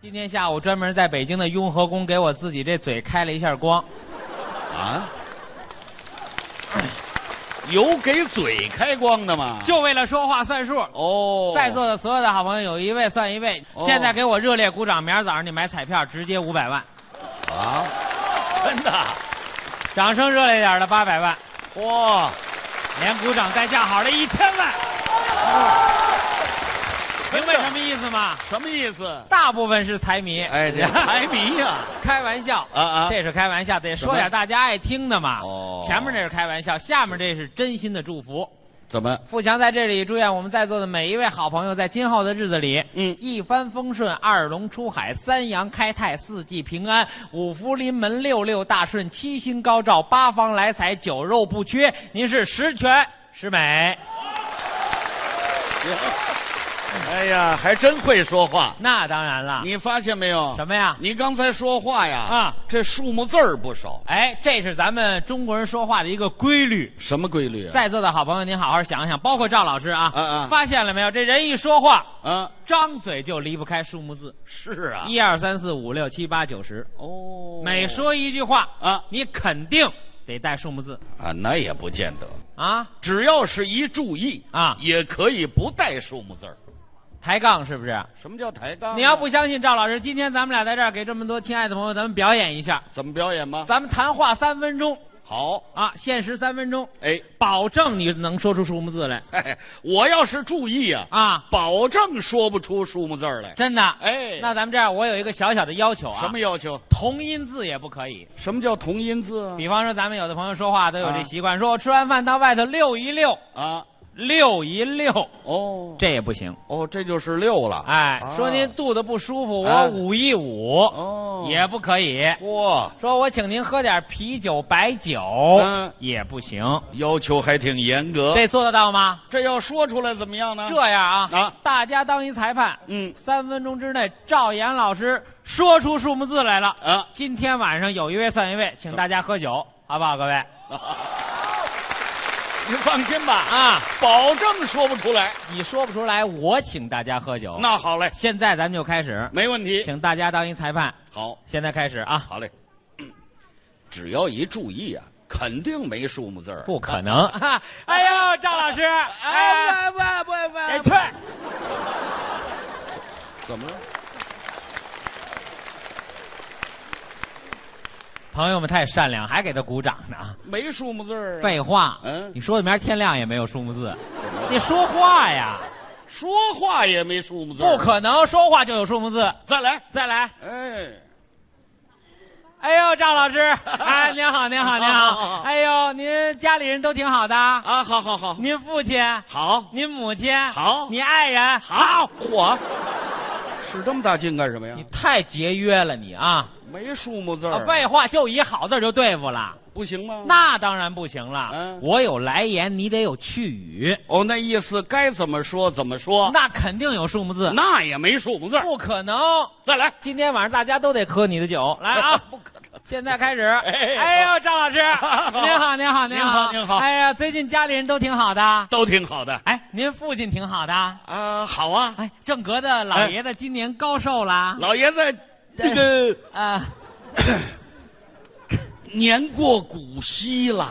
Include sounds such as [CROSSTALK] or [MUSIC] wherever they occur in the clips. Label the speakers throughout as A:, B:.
A: 今天下午专门在北京的雍和宫给我自己这嘴开了一下光，
B: 啊？有给嘴开光的吗？
A: 就为了说话算数。
B: 哦，
A: 在座的所有的好朋友，有一位算一位。
B: 哦
A: 现在给我热烈鼓掌！明儿早上你买彩票直接五百万，
B: 啊，真的
A: 掌声热烈点儿的八百万，
B: 哇！
A: 连鼓掌带叫好的一千万。
B: 哦
A: 明白什么意思吗？
B: 什么意思？
A: 大部分是财迷，
B: 哎，这财迷呀、
A: 开玩笑
B: 啊啊
A: 这是开玩笑，得说
B: 什
A: 点
B: 么
A: 大家爱听的嘛。
B: 哦
A: 前面这是开玩笑，下面这是真心的祝福。
B: 怎么？
A: 富强在这里祝愿我们在座的每一位好朋友，在今后的日子里，
B: 嗯
A: 一帆风顺，二龙出海，三阳开泰，四季平安，五福临门，六六大顺，七星高照，八方来财，酒肉不缺。您是十全十美，
B: 哎呀，还真会说话。
A: 那当然了。
B: 你发现没有？
A: 什么呀？
B: 你刚才说话呀，
A: 啊
B: 这数目字儿不少。
A: 哎，这是咱们中国人说话的一个规律。
B: 什么规律啊？
A: 在座的好朋友，您好好想想，包括赵老师啊，
B: 嗯嗯
A: 发现了没有？这人一说话，
B: 啊，
A: 张嘴就离不开数目字，
B: 是啊，
A: 一二三四五六七八九十。
B: 哦
A: 每说一句话
B: 啊
A: 你肯定得带数目字
B: 啊，那也不见得。
A: 啊，
B: 只要是一注意
A: 啊
B: 也可以不带数目字儿。
A: 抬杠是不是？
B: 什么叫抬杠啊？
A: 你要不相信赵老师，今天咱们俩在这儿给这么多亲爱的朋友，咱们表演一下，
B: 怎么表演吗？
A: 咱们谈话三分钟
B: 好，
A: 啊，限时三分钟，
B: 哎，
A: 保证你能说出数目字来
B: 哎，我要是注意呀、
A: 啊，
B: 保证说不出数目字儿来。
A: 真的。
B: 哎
A: 那咱们这样，我有一个小小的要求啊，
B: 什么要求？
A: 同音字也不可以。
B: 什么叫同音字啊？
A: 比方说，咱们有的朋友说话都有这
B: 啊
A: 习惯，说我吃完饭到外头溜一溜，
B: 啊，
A: 溜一溜，
B: 哦，
A: 这也不行。
B: 哦，这就是六了。
A: 哎，
B: 啊
A: 说您肚子不舒服，
B: 哎
A: 我捂一捂，
B: 哦
A: 也不可以。
B: 嚯，
A: 说我请您喝点啤酒、白酒，
B: 嗯
A: 也不行。
B: 要求还挺严格。
A: 这做得到吗？
B: 这要说出来怎么样呢？
A: 这样啊，
B: 啊
A: 大家当一裁判，
B: 嗯
A: 三分钟之内，赵岩老师说出数目字来了。
B: 啊，
A: 今天晚上有一位算一位，请大家喝酒，好不好，各位？
B: 您放心吧，啊，
A: 啊，
B: 保证说不出来。
A: 你说不出来，我请大家喝酒。
B: 那好嘞，
A: 现在咱们就开始，
B: 没问题。
A: 请大家当一裁判，
B: 好，
A: 现在开始啊！
B: 好嘞， [CLEARS THROAT] 只要一注意啊，肯定没数目字儿。
A: 不可
B: [LAUGHS]
A: 能！哎呦，赵老师，哎。
B: 不不不
A: 哎，去！
B: 怎么了？
A: 朋友们太善良，还给他鼓掌呢。
B: 没数目字儿、啊。
A: 废话，
B: 嗯
A: 你说的明儿天亮也没有数目字，
B: 么
A: 你说话呀，
B: 说话也没数目字儿。
A: 不可能说话就有数目字。
B: 再来。
A: 再来，
B: 哎，
A: 哎呦，赵
B: [LAUGHS]
A: 老师，哎，您好，您好，您
B: 哦哦
A: 好
B: 哦，
A: 哎呦，您家里人都挺好的，
B: 啊，好好好，
A: 您父亲，
B: 好，
A: 您母亲，
B: 好
A: 您爱人，
B: 好，嚯，使这么大劲干什么呀
A: 你？太节约了你啊！
B: 没数目字
A: 啊
B: 儿，
A: 废话，就一好字就对付了，
B: 不行吗？
A: 那当然不行了
B: 嗯。
A: 我有来言，你得有去语，
B: 哦，那意思该怎么说怎么说，
A: 那肯定有数目字，
B: 哦那也没数目字儿。
A: 不可能。
B: 再来，！
A: 今天晚上大家都得喝你的酒，来啊
B: 不可能。
A: 现在开始。
B: 哎
A: 哎呦，赵老师，您好，您好，好，
B: 您好您好
A: 哎呀，最近家里人都挺好的，
B: 都挺好的
A: 哎，您父亲挺好的，
B: 啊，好啊，
A: 哎，正格的老爷子今年高寿啦？
B: 哎老爷子，这个
A: 啊，
B: 年过古稀了，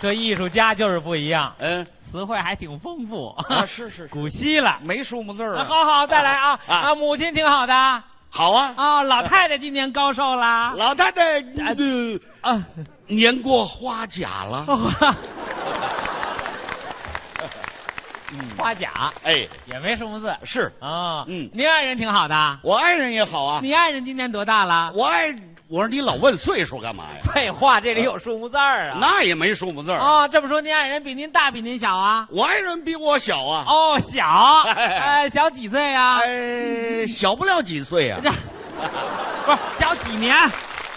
A: 这艺术家就是不一样，
B: 嗯，
A: 词汇还挺丰富。
B: 啊，是是，是
A: 古稀了，
B: 没数目字
A: [LAUGHS]
B: 儿
A: 啊
B: 啊，
A: 好好，再来啊！
B: 啊
A: 啊，母亲挺好的啊，
B: 好啊，
A: 老太太今年高寿啦？
B: 老太太，呃
A: 啊，
B: 年过花甲了，
A: 哦 [LAUGHS] 花花甲
B: 哎，
A: 也没数目字。
B: 是
A: 哦，
B: 嗯
A: 您爱人挺好的，
B: 我爱人也好啊，
A: 你爱人今年多大了？
B: 我爱，我说你老问岁数干嘛呀？
A: [LAUGHS] 废话，这里有数目字儿啊。
B: 那也没数目字儿。
A: 哦，这么说您爱人比您大，比您小啊？
B: 我爱人比我小啊，
A: 哦，小，呃，小几岁啊？ [LAUGHS]
B: 哎，小不了几岁啊
A: 这，不是小几年，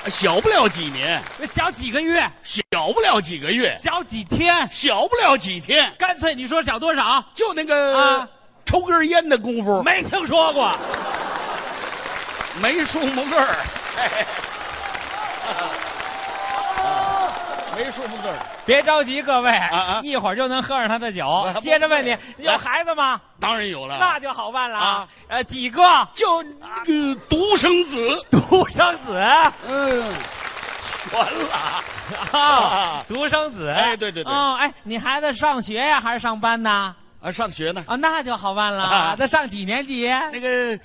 B: 小不了几年，
A: 小几个月，
B: 小不了几个月，
A: 小几天，
B: 小不了几天，
A: 干脆你说小多少？
B: 就那个、
A: 啊
B: 抽根烟的功夫，
A: 没听说过。 [LAUGHS]
B: 没数目字儿。 [LAUGHS] 没数目字儿，
A: 别着急，各位，
B: 啊
A: 一会儿就能喝上他的酒。
B: 不
A: 接着问你
B: 会，
A: 有孩子吗？
B: 当然有了。
A: 那就好办了哎啊
B: 啊！
A: 呃，几个
B: 就呃独生
A: [LAUGHS]
B: 子，
A: 独生子
B: 嗯，悬了。
A: 啊， [LAUGHS] 独生子。
B: 哎对对对
A: 哦，哎，你孩子上学呀，还是上班呢？
B: 啊，上学呢？
A: 啊，那就好办了
B: [LAUGHS] 啊。
A: 那上几年级？
B: 那个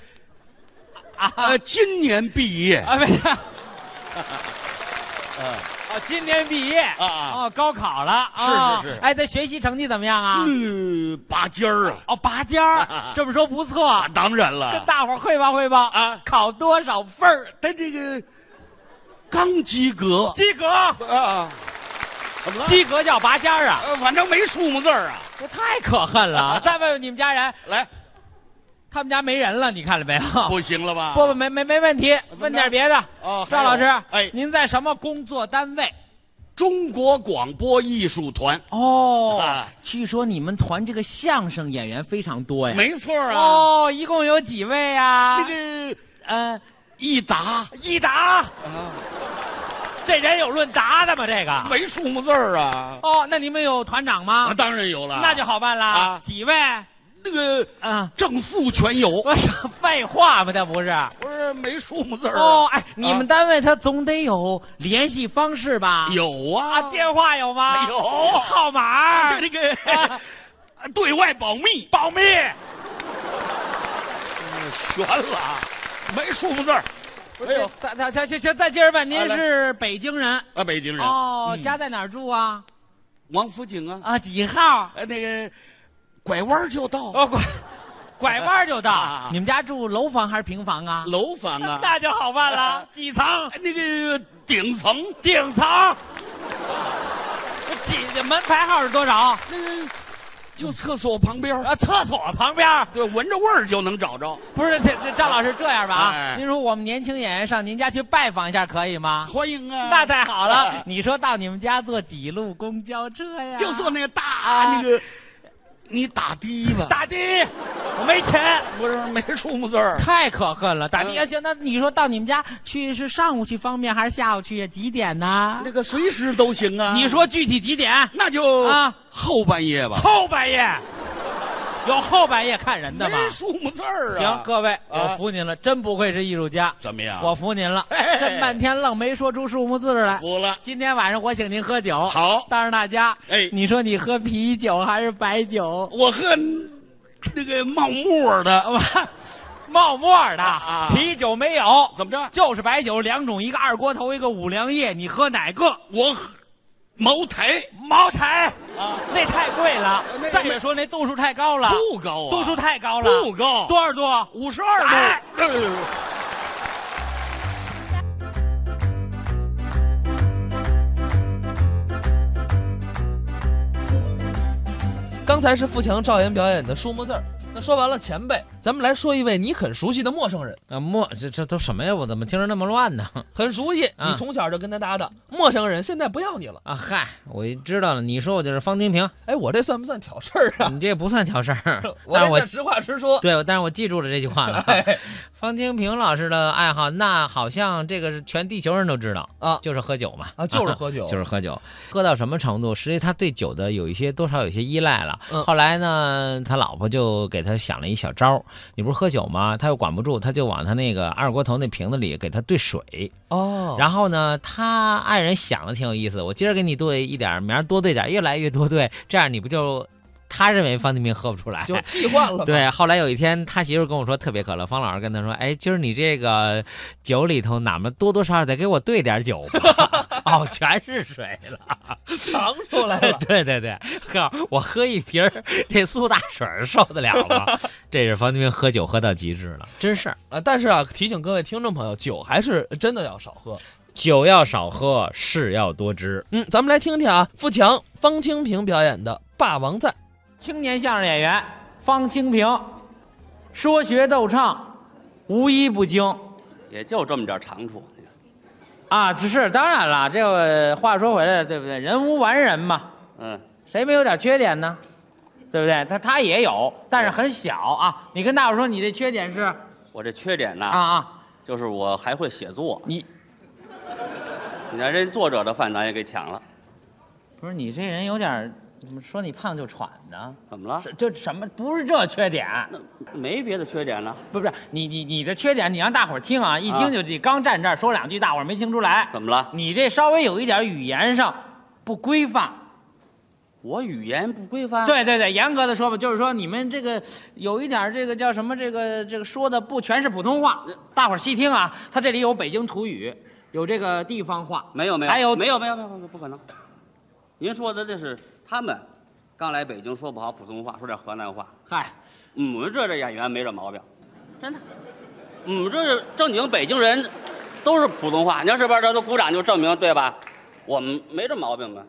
A: 啊
B: 呃，今年毕业
A: 啊，没
B: [LAUGHS]
A: 事。哦，今年毕业
B: 啊啊
A: 哦，高考了，哦
B: 是是是
A: 哎，他学习成绩怎么样啊？
B: 嗯，拔尖儿啊！
A: 哦，拔尖儿
B: [LAUGHS] 啊，
A: 这么说不错
B: 啊，，当然
A: 跟
B: 了，
A: 大伙儿汇报汇报
B: 啊
A: 考多少分儿？
B: 但这个刚 [LAUGHS] 及格
A: 及格，
B: 啊，怎么了？
A: 及格叫拔尖儿啊！
B: 呃，反正没数目字儿啊。
A: 这太可恨
B: [LAUGHS]
A: 了！再问问你们家人，
B: 来，
A: 他们家没人了，你看了没有？
B: 啊不行了吧？
A: 不不没没没问题，问点别的。
B: 哦还
A: 赵
B: 有
A: 老师，
B: 哎
A: 您在什么工作单位？
B: 中国广播艺术团，
A: 哦，
B: 啊
A: 据说你们团这个相声演员非常多呀。
B: 没错啊。
A: 哦，一共有几位呀？
B: 那个
A: 呃，
B: 一达
A: 一达，这人有论达的吗？这个
B: 没数目字儿啊，
A: 哦，那你们有团长
B: 啊，
A: 吗？
B: 当然有了。
A: 那就好办了
B: 啊。
A: 几位？
B: 那个
A: 嗯，
B: 正负全有，
A: 我说废话吗？这不是。
B: 不是没数目字儿
A: 哦
B: 啊，。
A: 哎，你们单位他总得有联系方式吧？
B: 有
A: 啊，
B: 啊，
A: 电话有吗？
B: 有
A: 号码儿
B: 那个
A: 啊
B: 对外保密，
A: 保密。
B: 悬了啊，没数目字儿，哎没有
A: 哎咱咱咱行行，再接着问，您
B: 啊来
A: 是北京人
B: 啊，北京人
A: 哦，
B: 嗯
A: 家在哪儿住啊？
B: 王府井啊，
A: 啊，几号？
B: 呃，那个拐弯就到
A: 哦，拐拐弯就到
B: 啊。
A: 你们家住楼房还是平房啊？
B: 楼房啊，
A: 那就好办了
B: 啊，
A: 几层？
B: 那个顶层
A: 顶层。几门牌号是多少？
B: 那个就厕所旁边儿，
A: 啊，厕所旁边儿。
B: 对，闻着味儿就能找着。
A: 不是，这这张老师这样吧啊，
B: 哎
A: 您说我们年轻演员上您家去拜访一下可以吗？
B: 欢迎
A: [LAUGHS]
B: 啊，
A: 那太好了！哎你说到你们家坐几路公交车呀？
B: 就坐那个
A: 啊
B: 大那个，你打的吧，
A: 打的，我没钱，
B: 不是没数目字儿，
A: 太可恨了！打的
B: 嗯
A: 啊，行，那你说到你们家去是上午去方便还是下午去呀？几点呢？
B: 那个随时都行啊。
A: 你说具体几点？
B: 那就
A: 啊
B: 后半夜吧，
A: 后半夜，有后半夜看人的吗？
B: 没数目字儿啊。
A: 行，各位，
B: 啊
A: 我服您了，真不愧是艺术家，
B: 怎么样？
A: 我服您了
B: 嘿嘿，嘿
A: 这半天愣没说出数目字来。
B: 服了。
A: 今天晚上我请您喝酒，
B: 好，
A: 但是大家，
B: 哎
A: 你说你喝啤酒还是白酒？
B: 我喝那个冒沫的，哦
A: 哇啊冒沫的、
B: 啊
A: 啤酒没有，
B: 怎么着？
A: 就是白酒两种，一个二锅头，一个五粮液，你喝哪个？
B: 我喝茅台
A: 茅台
B: 啊，
A: [LAUGHS]
B: 呃
A: 那太贵了
B: 那，个
A: 再
B: 没
A: 者说那度数太高了，
B: 不高啊，
A: 度数太高了，
B: 不高，
A: 多少度？
B: 五十二
A: 哎
B: 度。哎
C: 刚才是富强、赵岩表演的数目字儿。那说完了前辈，咱们来说一位你很熟悉的陌生人，
A: 啊，莫这这都什么呀？我怎么听着那么乱呢？ [LAUGHS]
C: 很熟悉，
A: 啊
C: 你从小就跟他搭档。陌生人现在不要你了，
A: 啊嗨，我知道了，你说我就是方清平，
C: 哎，我这算不算挑事儿
A: [LAUGHS]
C: 啊？
A: 你这不算挑
B: [LAUGHS]
A: 事儿
C: 我这算实话实 [LAUGHS] 说。
A: 对，但是我记住了这句
C: [LAUGHS]
A: 话了。
C: 哎
A: 方清平老师的爱好，那好像这个是全地球人都知道
C: 啊
A: 就是喝酒嘛，
C: 啊就是喝
A: [LAUGHS]
C: 酒
A: 就是喝酒，喝到什么程度？实际他对酒的有一些多少有些依赖了。
C: 嗯
A: 后来呢，他老婆就给他想了一小招儿，你不是喝酒吗？他又管不住，他就往他那个二锅头那瓶子里给他兑水。
C: 哦，
A: 然后呢，他爱人想的挺有意思，我今儿给你兑一点儿，明儿多兑点儿，越来越多兑，这样你不就他认为方清平喝不出来，
C: 就替换
A: [LAUGHS]
C: 了嘛。
A: 对，后来有一天，他媳妇跟我说特别渴了，方老师跟他说：“哎，今儿你这个酒里头哪么多多少少得给我兑点酒吧？” [LAUGHS] 哦，全是水了。。
C: 尝出来了
A: [LAUGHS] 对对对，呵，我喝一瓶儿这苏打水儿受得了吗？ [LAUGHS] 这是方清平喝酒喝到极致了，真事儿。
C: 啊，但是啊，提醒各位听众朋友，酒还是真的要少喝。
A: 酒要少喝，事要多知。
C: 嗯，咱们来听听啊，富强、方清平表演的《霸王赞》。
A: 青年相声演员方清平，说学逗唱，无一不精。
D: 也就这么点长处。
A: 啊，是当然了，这个话说回来，对不对？人无完人嘛，
D: 嗯，
A: 谁没有点缺点呢？对不对？他他也有，但是很小啊。你跟大伙说你这缺点是啊
D: 我这缺点呢，
A: 啊，
D: 就是我还会写作。
A: 你
D: 你看人作者的饭咱也给抢了，
A: 不是你这人有点儿，怎么说你胖就喘呢？
B: 怎么了
A: 这？这什么不是这缺点？
B: 那没别的缺点了，
A: 不是不是你你你的缺点，你让大伙儿听啊，一
B: 啊
A: 听就你刚站这儿说两句，大伙儿没听出来。
B: 怎么了
A: 你这稍微有一点语言上不规范。
B: 我语言不规范。，
A: 对对对，严格的说吧，就是说你们这个有一点这个叫什么这个这个说的不全是普通话，大伙儿细听啊，它这里有北京土语，有这个地方话，
B: 没有没有，
A: 还有
B: 没有没有没有没有不可能。您说的这是他们刚来北京，说不好普通话，说点河南话。
A: 嗨，
B: 嗯我们这这演员没这毛病，真的。我们这正经北京人都是普通话，你看是不是？这都鼓掌就证明对吧？我们没这毛病吧？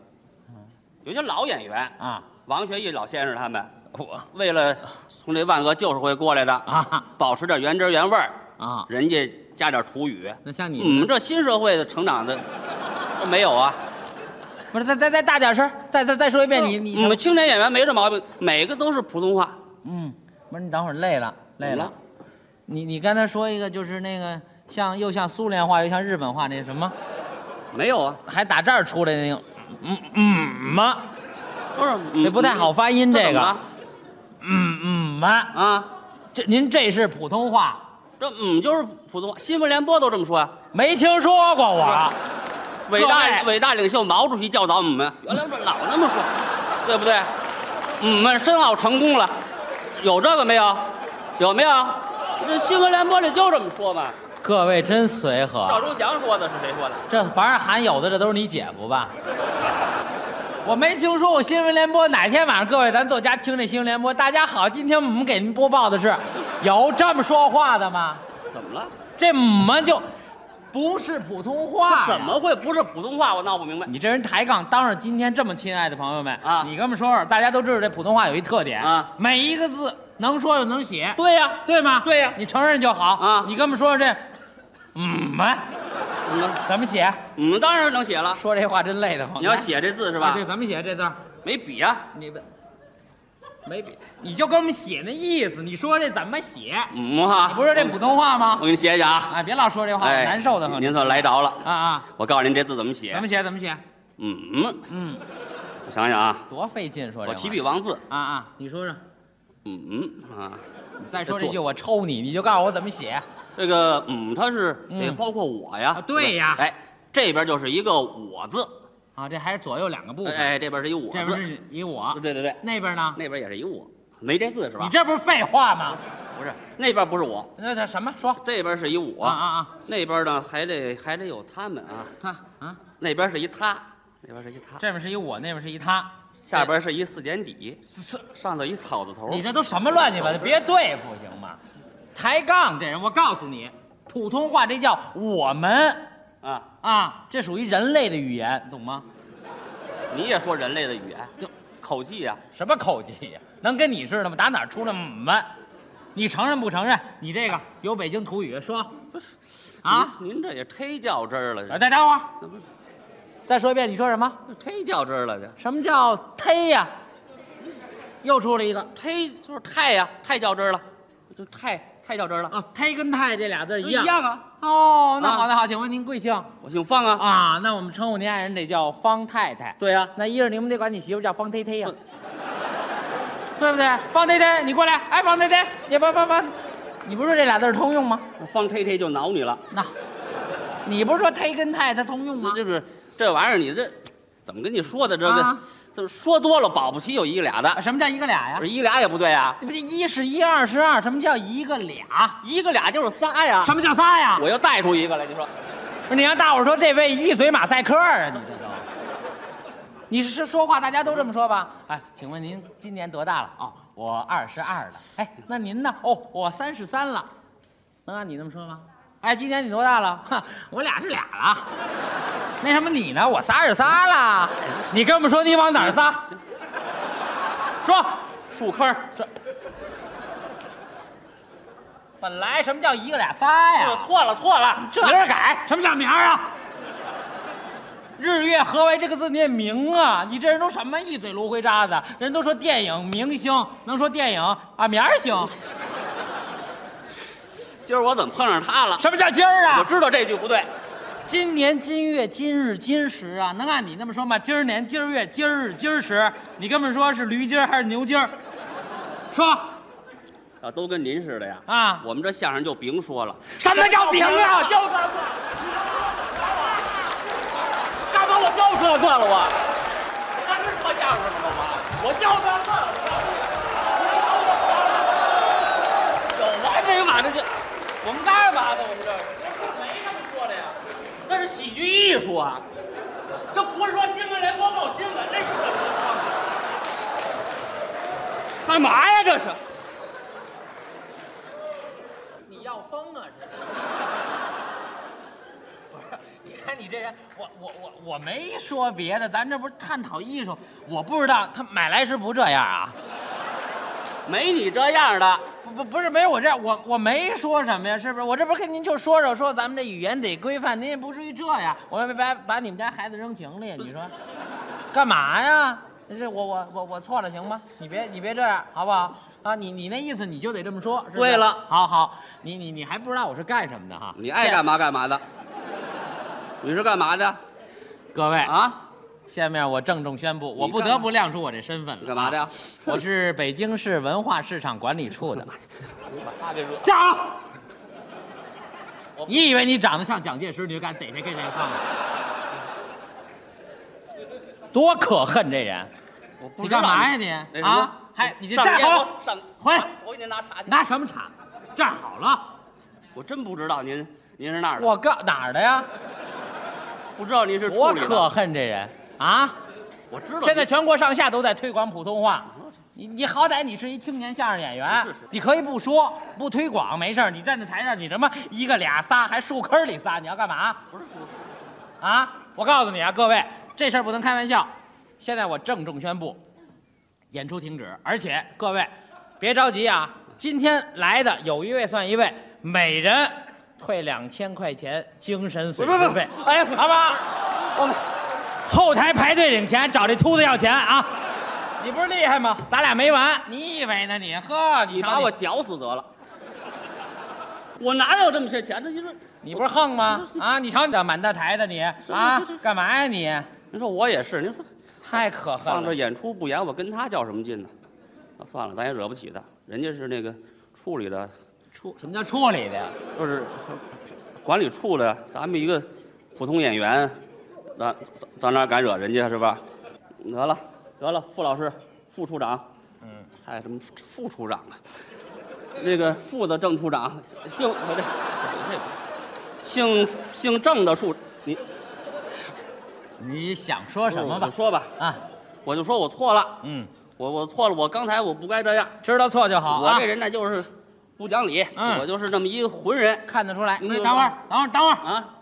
B: 有些老演员
A: 啊，
B: 王学义老先生他们，我为了从这万恶旧社会过来的
A: 啊，
B: 保持点原汁原味儿
A: 啊
B: 人家加点土语。
A: 那像
B: 我
A: 你
B: 们这新社会的成长的没有啊？
A: 不是再再再大点声，再再再说一遍，你你
B: 我们青年演员没这毛病，每个都是普通话。
A: 嗯，不是你等会儿累了累
B: 怎么
A: 了，你你刚才说一个就是那个像又像苏联话又像日本话那什么，
B: 没有啊？
A: 还打这儿出来那个，嗯嗯嘛，
B: 不是，
A: 这不太好发音这
B: 嗯怎么了
A: 个，嗯嗯嘛，
B: 啊。
A: 这您这是普通话，
B: 这嗯就是普通话，新闻联播都这么说呀、
A: 没听说过我，
B: 伟大
A: 各位
B: 伟大领袖毛主席教导我们，原来我老那么说，对不对？我们申奥成功了，有这个没有？有没有？这新闻联播里就这么说嘛。
A: 各位真随
B: 赵
A: 和，
B: 忠祥说的是谁说的？
A: 这凡是喊有的，这都是你姐夫吧？我没听说过新闻联播，哪天晚上各位咱坐家听这新闻联播。大家好，今天我们给您播报的是，有这么说话的吗？
B: 怎么了？
A: 这们就不是普通话呀，
B: 怎么会不是普通话？我闹不明白。
A: 你这人抬杠，当着今天这么亲爱的朋友们
B: 啊
A: 你跟我们说说，大家都知道这普通话有一特点
B: 啊
A: 每一个字能说又能写，
B: 对呀、
A: 对吗？
B: 对呀
A: 你承认就好
B: 啊
A: 你跟我们说说这，嗯们
B: 我们
A: 怎么写？
B: 嗯我们当然能写了。
A: 说这话真累得慌。
B: 你要写这字是
A: 是
B: 吧
A: 对，？怎么写这字儿？
B: 没笔啊？
A: 你不没笔，你就跟我们写那意思，你说这怎么写？
B: 嗯哈、
A: 你不是这普通话
B: 我
A: 吗？
B: 给你写写啊。
A: 哎，别老说这话，难受的很。
B: 您算来着了。
A: 啊啊，
B: 我告诉您这字怎么写
A: 怎。么写？怎么写？
B: 嗯，
A: 嗯，
B: 我想想啊，
A: 多费劲说这
B: 我
A: 话。
B: 提笔王字。
A: 啊啊，你说说。
B: 嗯啊，
A: 再说这句，我抽你，你就告诉我怎么写。
B: 这个嗯，它是也
A: 嗯
B: 包括我呀
A: 啊，对呀
B: 哎，这边就是一个我字，
A: 啊，这还是左右两个部分，
B: 哎，这边是一我
A: 这不
B: 字，
A: 是以我，
B: 对对对，
A: 那边呢？
B: 那边也是一我，没这字是吧？
A: 你这不是废话吗？
B: 不是那边不是我，
A: 那叫什么？说
B: 这边是一我，
A: 啊啊啊，
B: 那边呢还得还得有他们啊，
A: 他啊，
B: 那边是一他，那边是一他，
A: 这边是一我，那边是一他，
B: 下边是一四点底，
A: 是
B: 上头一草字头，
A: 你这都什么乱七八糟？别对付行吗？抬杠这人，我告诉你，普通话这叫我们
B: 啊，
A: 啊，这属于人类的语言，懂吗？
B: 你也说人类的语言
A: 就，
B: 口技呀，
A: 什么口技呀？能跟你似的吗？打哪儿出来我们？你承认不承认？你这个有北京土语说啊？
B: 您您这也忒较真儿
A: 啊，
B: 了，
A: 再等会儿，再说一遍，你说什么？
B: 忒较真儿了这。
A: 什么叫忒呀、又出了一个
B: 忒就是太呀、太较真儿了，就太太较真儿了。
A: 啊，忒跟太这俩字
B: 一样啊，
A: 哦，那
B: 啊
A: 好，那好，请问您贵姓
B: 我姓方啊。
A: 啊？那我们称呼您爱人得叫方太太。
B: 对呀、啊
A: 那一会儿你们得管你媳妇叫方忒忒呀，对不对？方忒忒，你过来，哎，方忒忒，你方方方，你不是说这俩字儿通用吗？
B: 方忒忒就挠你了，
A: 那，你不是说忒跟太它通用吗
B: 这？不是这玩意儿，你这怎么跟你说的这个？
A: 啊
B: 怎么说多了，保不齐有一个俩
A: 啊
B: 的，
A: 什么叫一个俩呀
B: 不？是一俩也不对啊，
A: 这不是一是一，二是二，什么叫一个俩？
B: 一个俩就是仨呀。
A: 什么叫仨呀？
B: 我又带出一个来，你说
A: 不是你让大伙儿说这位一嘴马赛克啊，你这都。你是说话大家都这么说吧？哎，请问您今年多大了？哦，我二十二了。哎，那您呢？哦，我三十三了。能按你这么说吗？哎，今年你多大了？哼，我俩是俩了。那什么你呢？我仨是仨了。你跟我们说你往哪儿仨？说，
B: 树坑儿
A: 本来什么叫一个俩仨呀？
B: 错了错了，
A: 这明儿改，什么叫明儿啊？日月合为这个字念明啊！你这人都什么一嘴芦灰渣子？人都说电影明星能说电影啊，明儿行。
B: 今儿我怎么碰上他了？
A: 什么叫今儿
B: 我
A: 啊？
B: 知道这句不对，
A: 今年今月今日今时啊，能按你那么说吗？今儿年今儿月今儿日今儿时，你跟我们说是驴今儿还是牛今儿？说
B: 啊，都跟您似的呀。
A: 啊
B: 我们这相声就甭说了，
A: 什么叫明啊？就这个，干嘛我就这个了我？那是说相声的吗？我就这个了。有完没完的这？我们干嘛呢？我们这没这么说的呀，那是喜剧艺术啊，这不是说新闻联播报新闻这是
B: 干嘛呀？这是
A: 你要疯啊！这是。 [LAUGHS] 不是，你看你这人，我我我我没说别的，咱这不是探讨艺术，我不知道他买来时不这样啊，
B: 没你这样的。
A: 不不不是没有我这样，我我没说什么呀，是不是？我这不是跟您就说说说咱们这语言得规范，您也不至于这样，我也没把把你们家孩子扔井里，你说干嘛呀？这我我我我错了行吗？你别你别这样好不好？啊，你你那意思你就得这么说。是不是
B: 对了
A: 好好，你你你还不知道我是干什么的哈？
B: 你爱干嘛干嘛的。
A: 哎
B: 你是干嘛的
A: 各位，
B: 啊？
A: 下面我郑重宣布，我
B: 你干嘛
A: 不得不亮出我这身份了。
B: 你干嘛的呀
A: 啊？我是北京市文化市场管理处的。
B: 站好。
A: 你以为你长得像蒋介石，你就敢逮谁跟谁抗？多可恨这人！
B: 我不
A: 你
B: 知道
A: 干嘛呀你？
B: 那什么
A: 啊？还你这
B: 上
A: 站
B: 烟
A: 好
B: 我上
A: 回来
B: 我给您拿茶去。
A: 拿什么铲？站好了。
B: 我真不知道您您是那儿的，
A: 我告哪儿的呀？
B: 不知道您是处
A: 多
B: 理的。
A: 可恨这人啊！
B: 我知道您。
A: 现在全国上下都在推广普通话。你你好歹你是一青年相声演员，
B: 是是
A: 你可以不说不推广没事儿你站在台上你什么一个俩仨还树坑里仨，你要干嘛？
B: 不是不是
A: 啊！我告诉你啊，各位，这事儿不能开玩笑。现在我郑重宣布，演出停止，而且各位别着急啊，今天来的有一位算一位，每人退两千块钱精神损失费。哎呀，好吧，我们后台排队领钱，找这秃子要钱啊！你不是厉害吗？咱俩没完，你以为呢你？呵，你
B: 你
A: 瞧
B: 把我绞死得了。 [LAUGHS] 我哪有这么些钱呢？您说
A: 你不是横吗？啊，你瞧你这满大台的你啊
B: 是是，
A: 干嘛呀你？
B: 您说我也是，您说
A: 太可恨
B: 放
A: 了
B: 这！演出不演，我跟他较什么劲呢？啊，算了，咱也惹不起他，人家是那个处理的，
A: 处什么叫处理的呀？
B: 就是管理处的，咱们一个普通演员，咱咱咱哪敢惹人家是吧？得了得了，傅老师，副处长，嗯，还什么副处长啊？那个副的郑处长，姓不对，姓姓郑的处，你
A: 你想说什么吧
B: 我就？说吧，
A: 啊，
B: 我就说我错了，
A: 嗯，
B: 我我错了，我刚才我不该这样，
A: 知道错就好
B: 我
A: 啊
B: 这。人呢就是不讲理，
A: 嗯
B: 我就是这么一个混人
A: 看得出来。
B: 你
A: 你等会儿，等会儿，等会儿，
B: 啊！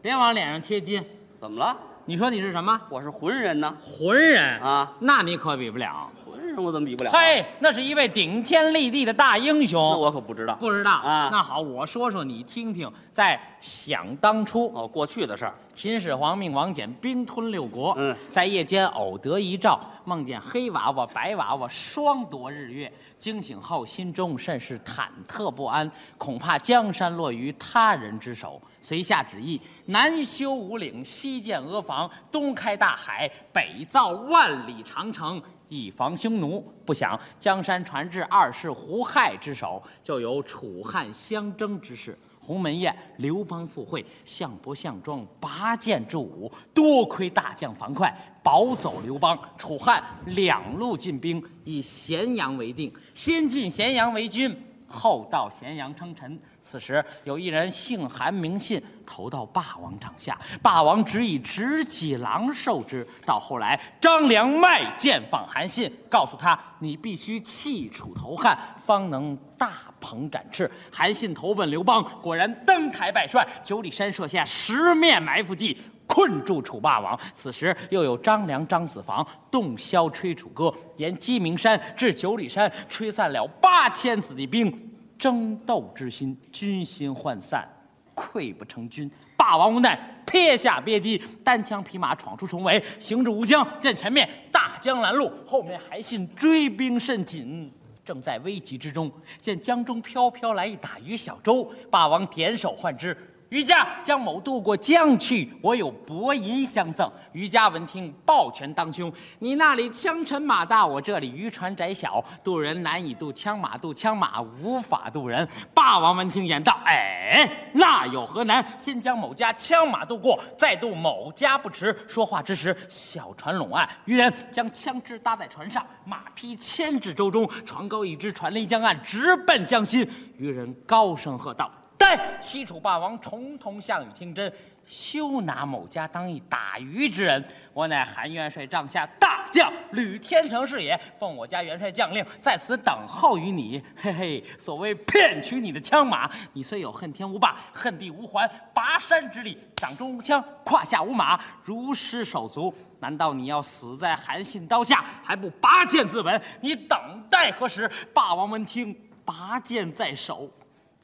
A: 别往脸上贴金。
B: 怎么了？
A: 你说你是什么
B: 我是混人呢
A: 浑人？
B: 啊！
A: 那你可比不了。
B: 混人我怎么比不了啊？
A: 嘿，那是一位顶天立地的大英
B: 那
A: 雄。
B: 我可不知道。
A: 不知道
B: 啊
A: 那好，我说说你听听。在想当初，
B: 哦，过去的事儿，
A: 秦始皇命王翦兵吞六国。
B: 嗯
A: 在夜间偶得一兆，梦见黑娃娃、白娃娃双夺日月，惊醒后心中甚是忐忑不安，恐怕江山落于他人之手。遂下旨意：南修五岭，西建阿房，东开大海，北造万里长城，以防匈奴。不想江山传至二世胡亥之手，就有楚汉相争之势。鸿门宴、刘邦赴会、项伯、项庄拔剑助武，多亏大将樊哙保走刘邦。楚汉两路进兵，以咸阳为定，先进咸阳为君，后到咸阳称臣。此时有一人姓韩名信，投到霸王帐下，霸王只以执戟郎授之。到后来，张良卖剑访韩信，告诉他：“你必须弃楚投汉，方能大鹏展翅。韩信投奔刘邦，果然登台拜帅，九里山设下十面埋伏计。困住楚霸王。此时又有张良、张子房洞箫吹楚歌，沿鸡鸣山至九里山，吹散了八千子弟兵。争斗之心，军心涣散，溃不成军。霸王无奈，撇下鳖鸡，单枪匹马闯出重围，行至吴江，见前面大江拦路，后面韩信追兵甚紧。正在危急之中，见江中飘飘来一打鱼小舟，霸王点手唤之，于家将某渡过江去，我有薄银相赠。于家闻听，抱拳当胸。你那里枪沉马大，我这里渔船窄小，渡人难以渡枪马渡，枪马无法渡人。霸王闻听，言道：“哎，那有何难？先将某家枪马渡过，再渡某家不迟。”说话之时，小船拢岸，渔人将枪支搭在船上，马匹牵至舟中，船高一只，船离江岸，直奔江心。渔人高声喝道。待西楚霸王重瞳项羽听真，休拿某家当一打鱼之人。我乃韩元帅帐下大将吕天成是也，奉我家元帅将令，在此等候于你。嘿嘿，所谓骗取你的枪马，你虽有恨天无霸，恨地无还，拔山之力，掌中无枪，胯下无马，如失手足。难道你要死在韩信刀下，还不拔剑自刎？你等待何时？霸王闻听，拔剑在手。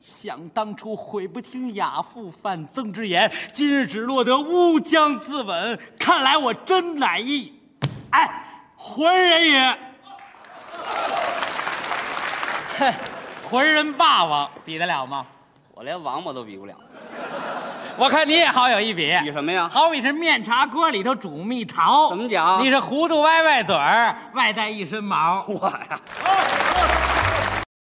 A: 想当初悔不听亚父反曾之言，今日只落得乌江自刎。看来我真乃一，哎，浑人也。嘿，浑人霸王比得了吗？
B: 我连王八都比不了，
A: 我看你也好有一比。
B: 比什么呀？ [LAUGHS]
A: 好比是面茶锅里头煮蜜桃，
B: 怎么讲
A: 你是糊涂歪歪嘴儿，外带一身毛。
B: 我呀，